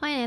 来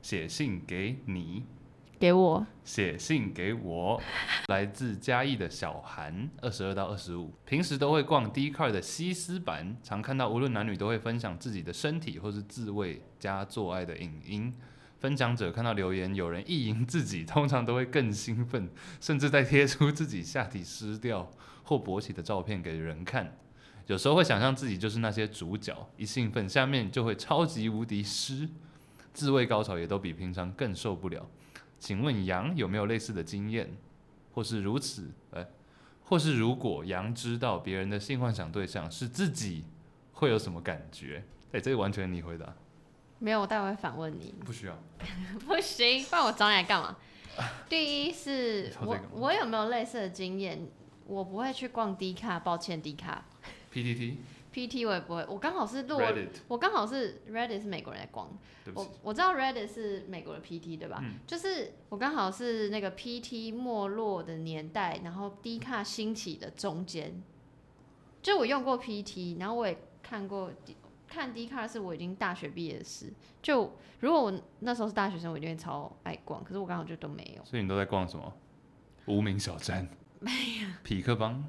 写信给你，给我写信给我。来自嘉义的小韩，二十二到二十五，平时都会逛 d c a r 的西施版，常看到无论男女都会分享自己的身体或是自慰加做爱的影音。分享者看到留言有人意淫自己，通常都会更兴奋，甚至在贴出自己下体湿掉 或勃起的照片给人看。有时候会想象自己就是那些主角，一兴奋下面就会超级无敌湿，自慰高潮也都比平常更受不了。请问杨有没有类似的经验，或是如此？哎、或是如果杨知道别人的性幻想对象是自己，会有什么感觉？哎、这个完全你回答，没有，我待会反问你。 不需要。不行，不然我找你来干 嘛？第一是你找这我个吗我有没有类似的经验？我不会去逛 D 卡，抱歉 D 卡 PTT、 PT 我也不会，我刚好是落， Reddit，我刚好是 Reddit 是美国人在逛，对不我起，我知道 Reddit 是美国的 PT 对吧？嗯就是我刚好是那个 PT 没落的年代，然后 D 卡兴起的中间，就我用过 PT，然后我也看过 D- 看 D 卡是我已经大学毕业的事，就如果我那时候是大学生，我一定会超爱逛，可是我刚好就都没有。所以你都在逛什么？无名小 站？没有。匹克邦？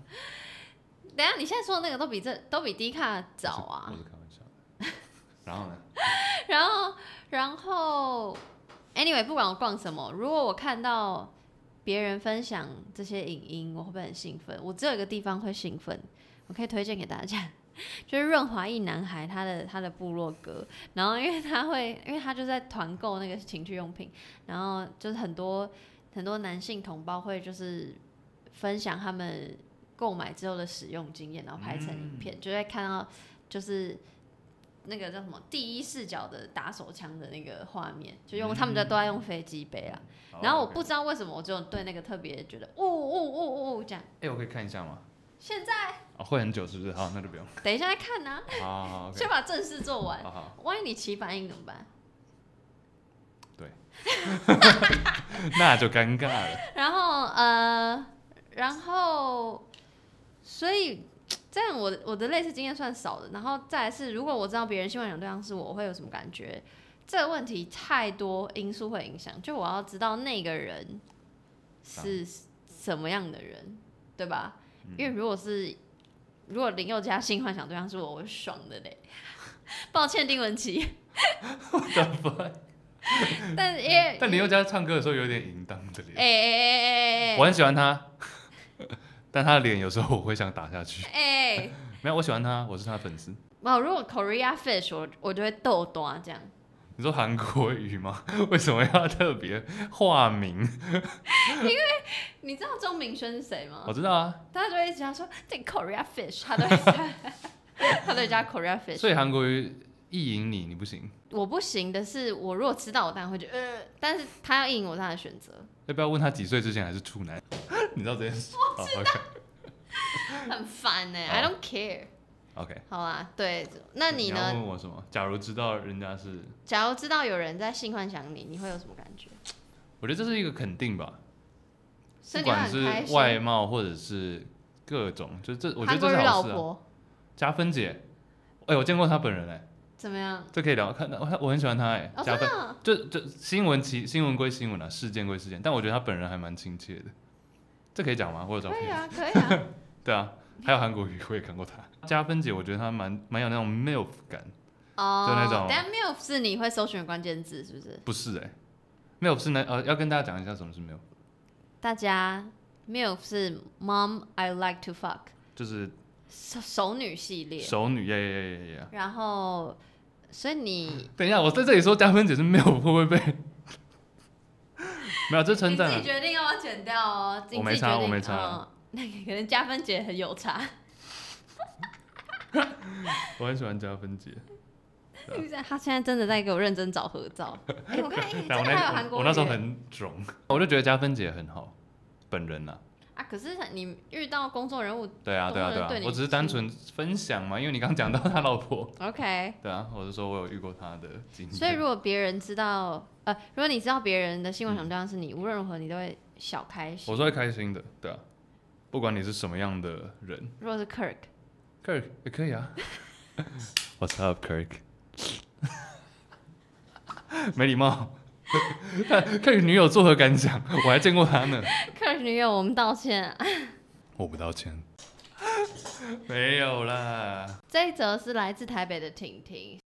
等一下，你现在说的那个都比这都比 D 卡早我啊是。我是开玩笑的。 然后呢？然后，然后，anyway，不管我逛什么，如果我看到别人分享这些影音，我会不会很兴奋？我只有一个地方会兴奋，我可以推荐给大家， 就是润滑一男孩他的他的部落格，然后因为他会，因为他就在团购那个情趣用品，然后就是很多很多男性同胞会就是分享他们购买之后的使用经验，然后拍成影片，就会看到就是那个叫什么第一视角的打手枪的那个画面，就用、他们在都在用飞机杯啊。好然后我嗯哦 OK 不知道为什么，我就对那个特别觉得，哦哦哦哦这样。哎、我可以看一下吗？现在哦，会很久是不是？好，那 就不用。等一下再看呐、好好好，OK，先把正事做完。好好，万一你起反应怎么办？那就尴尬了。 然后呃，然后所以这样我的我的类似经验算少的。然后再来是，如果我知道别人性幻想对象是我，我会有什么感觉？这个问题太多因素会影响，就我要知道那个人啊是什么样的人，对吧？嗯因为如果是如果林宥嘉性幻想对象是我，我会爽的嘞。 抱歉，丁文琪。 但因为嗯但林宥嘉唱歌的时候有点淫荡的哎脸，哎哎哎哎我很喜欢他， 但他的脸有时候我会想打下去。哎哎，没有，我喜欢他，我是他的粉丝。哦，如果 Korea Fish，我我就会逗短这样。你说韩国语吗？ 为什么要特别化名？你知道钟明轩是谁吗我？知道啊，他就会一直讲说这 Korea Fish，他都 会加，他都会加 Korea Fish。所以韩国语意淫你，你不行。我不行的是，我如果知道，我当然会觉得呃，但是他要应我，他的选择要不要问他几岁之前还是处男？ 你知道这件事？我知道。很烦呢、好 I don't care。 OK，好啊，对，那你哦要呢？问我什么？假如知道人家是假如知道有人在性幻想你，你会有什么感觉？我觉得这是一个肯定吧，所不以你会管很开是心。外貌或者是各种，就这我觉韩得这国是瑜老好事啊。婆加分姐，哎、我见过她本人哎、怎么样？这可以聊，看我我很喜欢她哎、哦，加真分的。哦就就新闻其新闻归新闻啊，事件归事件，但我觉得她本人还蛮亲切的，这可以讲吗？我有照可以片，啊，可以啊。对啊，还有韩国瑜我也看过她。加分姐，我觉得她蛮蛮有那种 milf 感，哦， 就那种但 milf 是你会搜寻的关键字，是不是？不是哎、m i l f 是那呃要跟大家讲一下什么是 milf，大家 milf 是 mom I like to fuck 就是熟熟女系列，熟女耶耶耶耶耶。然后所以你等一下，我在这里说加分姐是没有，会不会被？ 没有，这称赞你自啊己决定要不要剪掉哦，你我没自己差决定我没差嗯那个可能加分姐 很有差，我很喜欢加分姐。你在他现在真的在给我认真找合 照。哎、我看，哎、真但我的那还有韩我国我那时候语很肿，我就觉得加芬姐很好，本人呐、啊，可是你遇到公众人物对啊，多对啊，人对啊对，你我只是单纯分享嘛，因为你刚讲到他老婆， ，OK。对啊，我是说我有遇过他的经验，所以如果别人知道，呃，如果你知道别人的新闻想对象是你，无论如何你都会小开心嗯我。是会开心的，对啊，不管你是什么样的人如果是 Kirk， ，Kirk 也可以啊，What's up Kirk？没礼貌，Kirk 女友作何感想？我还见过他呢。克女友，我们道歉。我不道歉，没有啦。这一则是来自台北的婷婷，